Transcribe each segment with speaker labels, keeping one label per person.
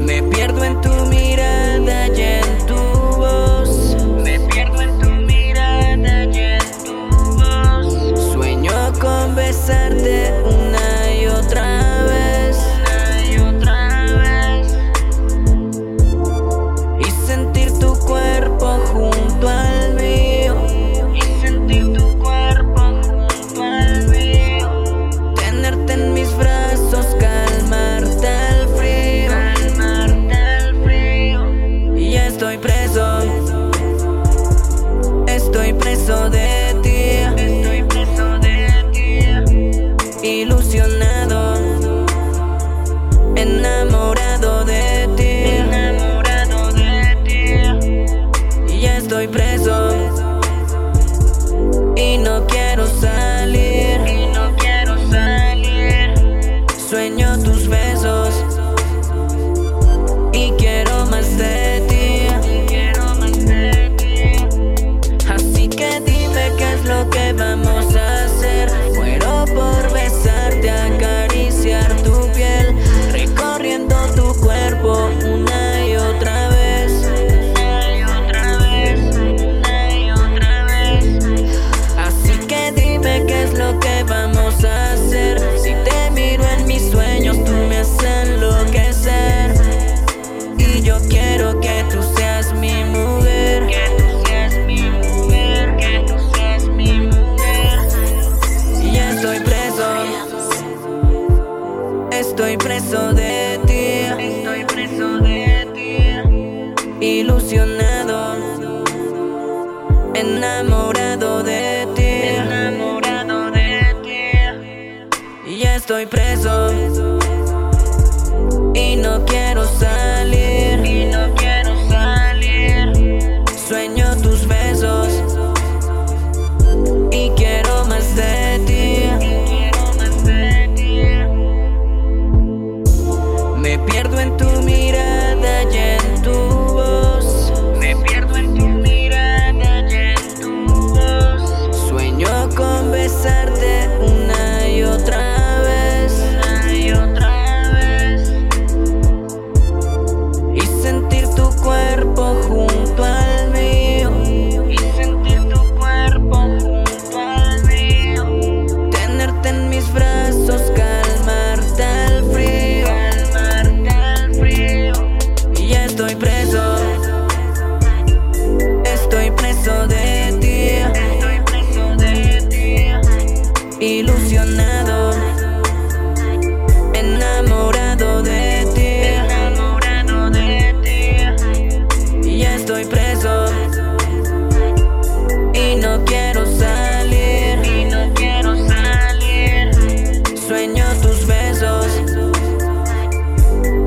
Speaker 1: Me pierdo en tu mirada y en tu voz. Me pierdo en tu mirada y en tu voz. Sueño con besarte una y otra vez. Una y otra vez. Y sentir tu cuerpo junto al mío. Y sentir tu cuerpo junto al mío. Tenerte en mis brazos, calmarte el frío. Calmarte el frío. Y ya estoy preso. Estoy preso de ti. Estoy preso de ti. Ilusionado. Enamorado de ti. Enamorado de ti. Y ya estoy preso. Y no quiero salir. Y no quiero salir. Sueño tus besos. Y quiero más de ti. Quiero más de ti. Así que dime qué es lo que vamos a hacer. Muero por besarte, acariciar tu piel, recorriendo tu cuerpo una y otra vez. Una y otra vez, una y otra vez. Así que dime qué es lo que vamos a hacer. Si te miro en mis sueños, tú me haces enloquecer. Y yo quiero que tú seas mi mujer. Que tú seas mi mujer. Que tú seas mi mujer. Y ya estoy preso. Estoy preso de ti. Estoy preso de ti. Ilusionado. Enamorado de ti. Enamorado de ti. Y ya estoy preso y no quiero salir y no quiero salir sueño tus besos y quiero más de ti quiero más de ti me pierdo en tu mirada y en tu voz me pierdo en tu mirada y en tu voz sueño con besarte una y otra vez una y otra vez y sentir tu cuerpo junto al mío. Y sentir tu cuerpo junto al mío. Tenerte en mis brazos, calmarte el frío. Calmarte el frío. Y ya estoy preso. Estoy preso de ti. Estoy preso de ti. Ilusionado. Enamorado de ti, enamorado de ti. Y ya estoy preso. Y no quiero salir, y no quiero salir. Sueño tus besos.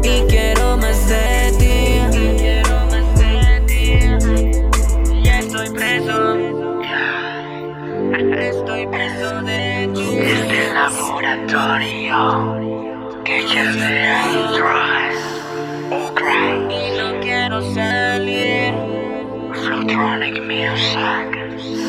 Speaker 1: Y quiero más de ti, y quiero más de ti. Y ya estoy preso. Estoy preso de ti.
Speaker 2: Este laboratorio que ya sea o cry
Speaker 1: Y no quiero salir.
Speaker 2: Flowtronic Music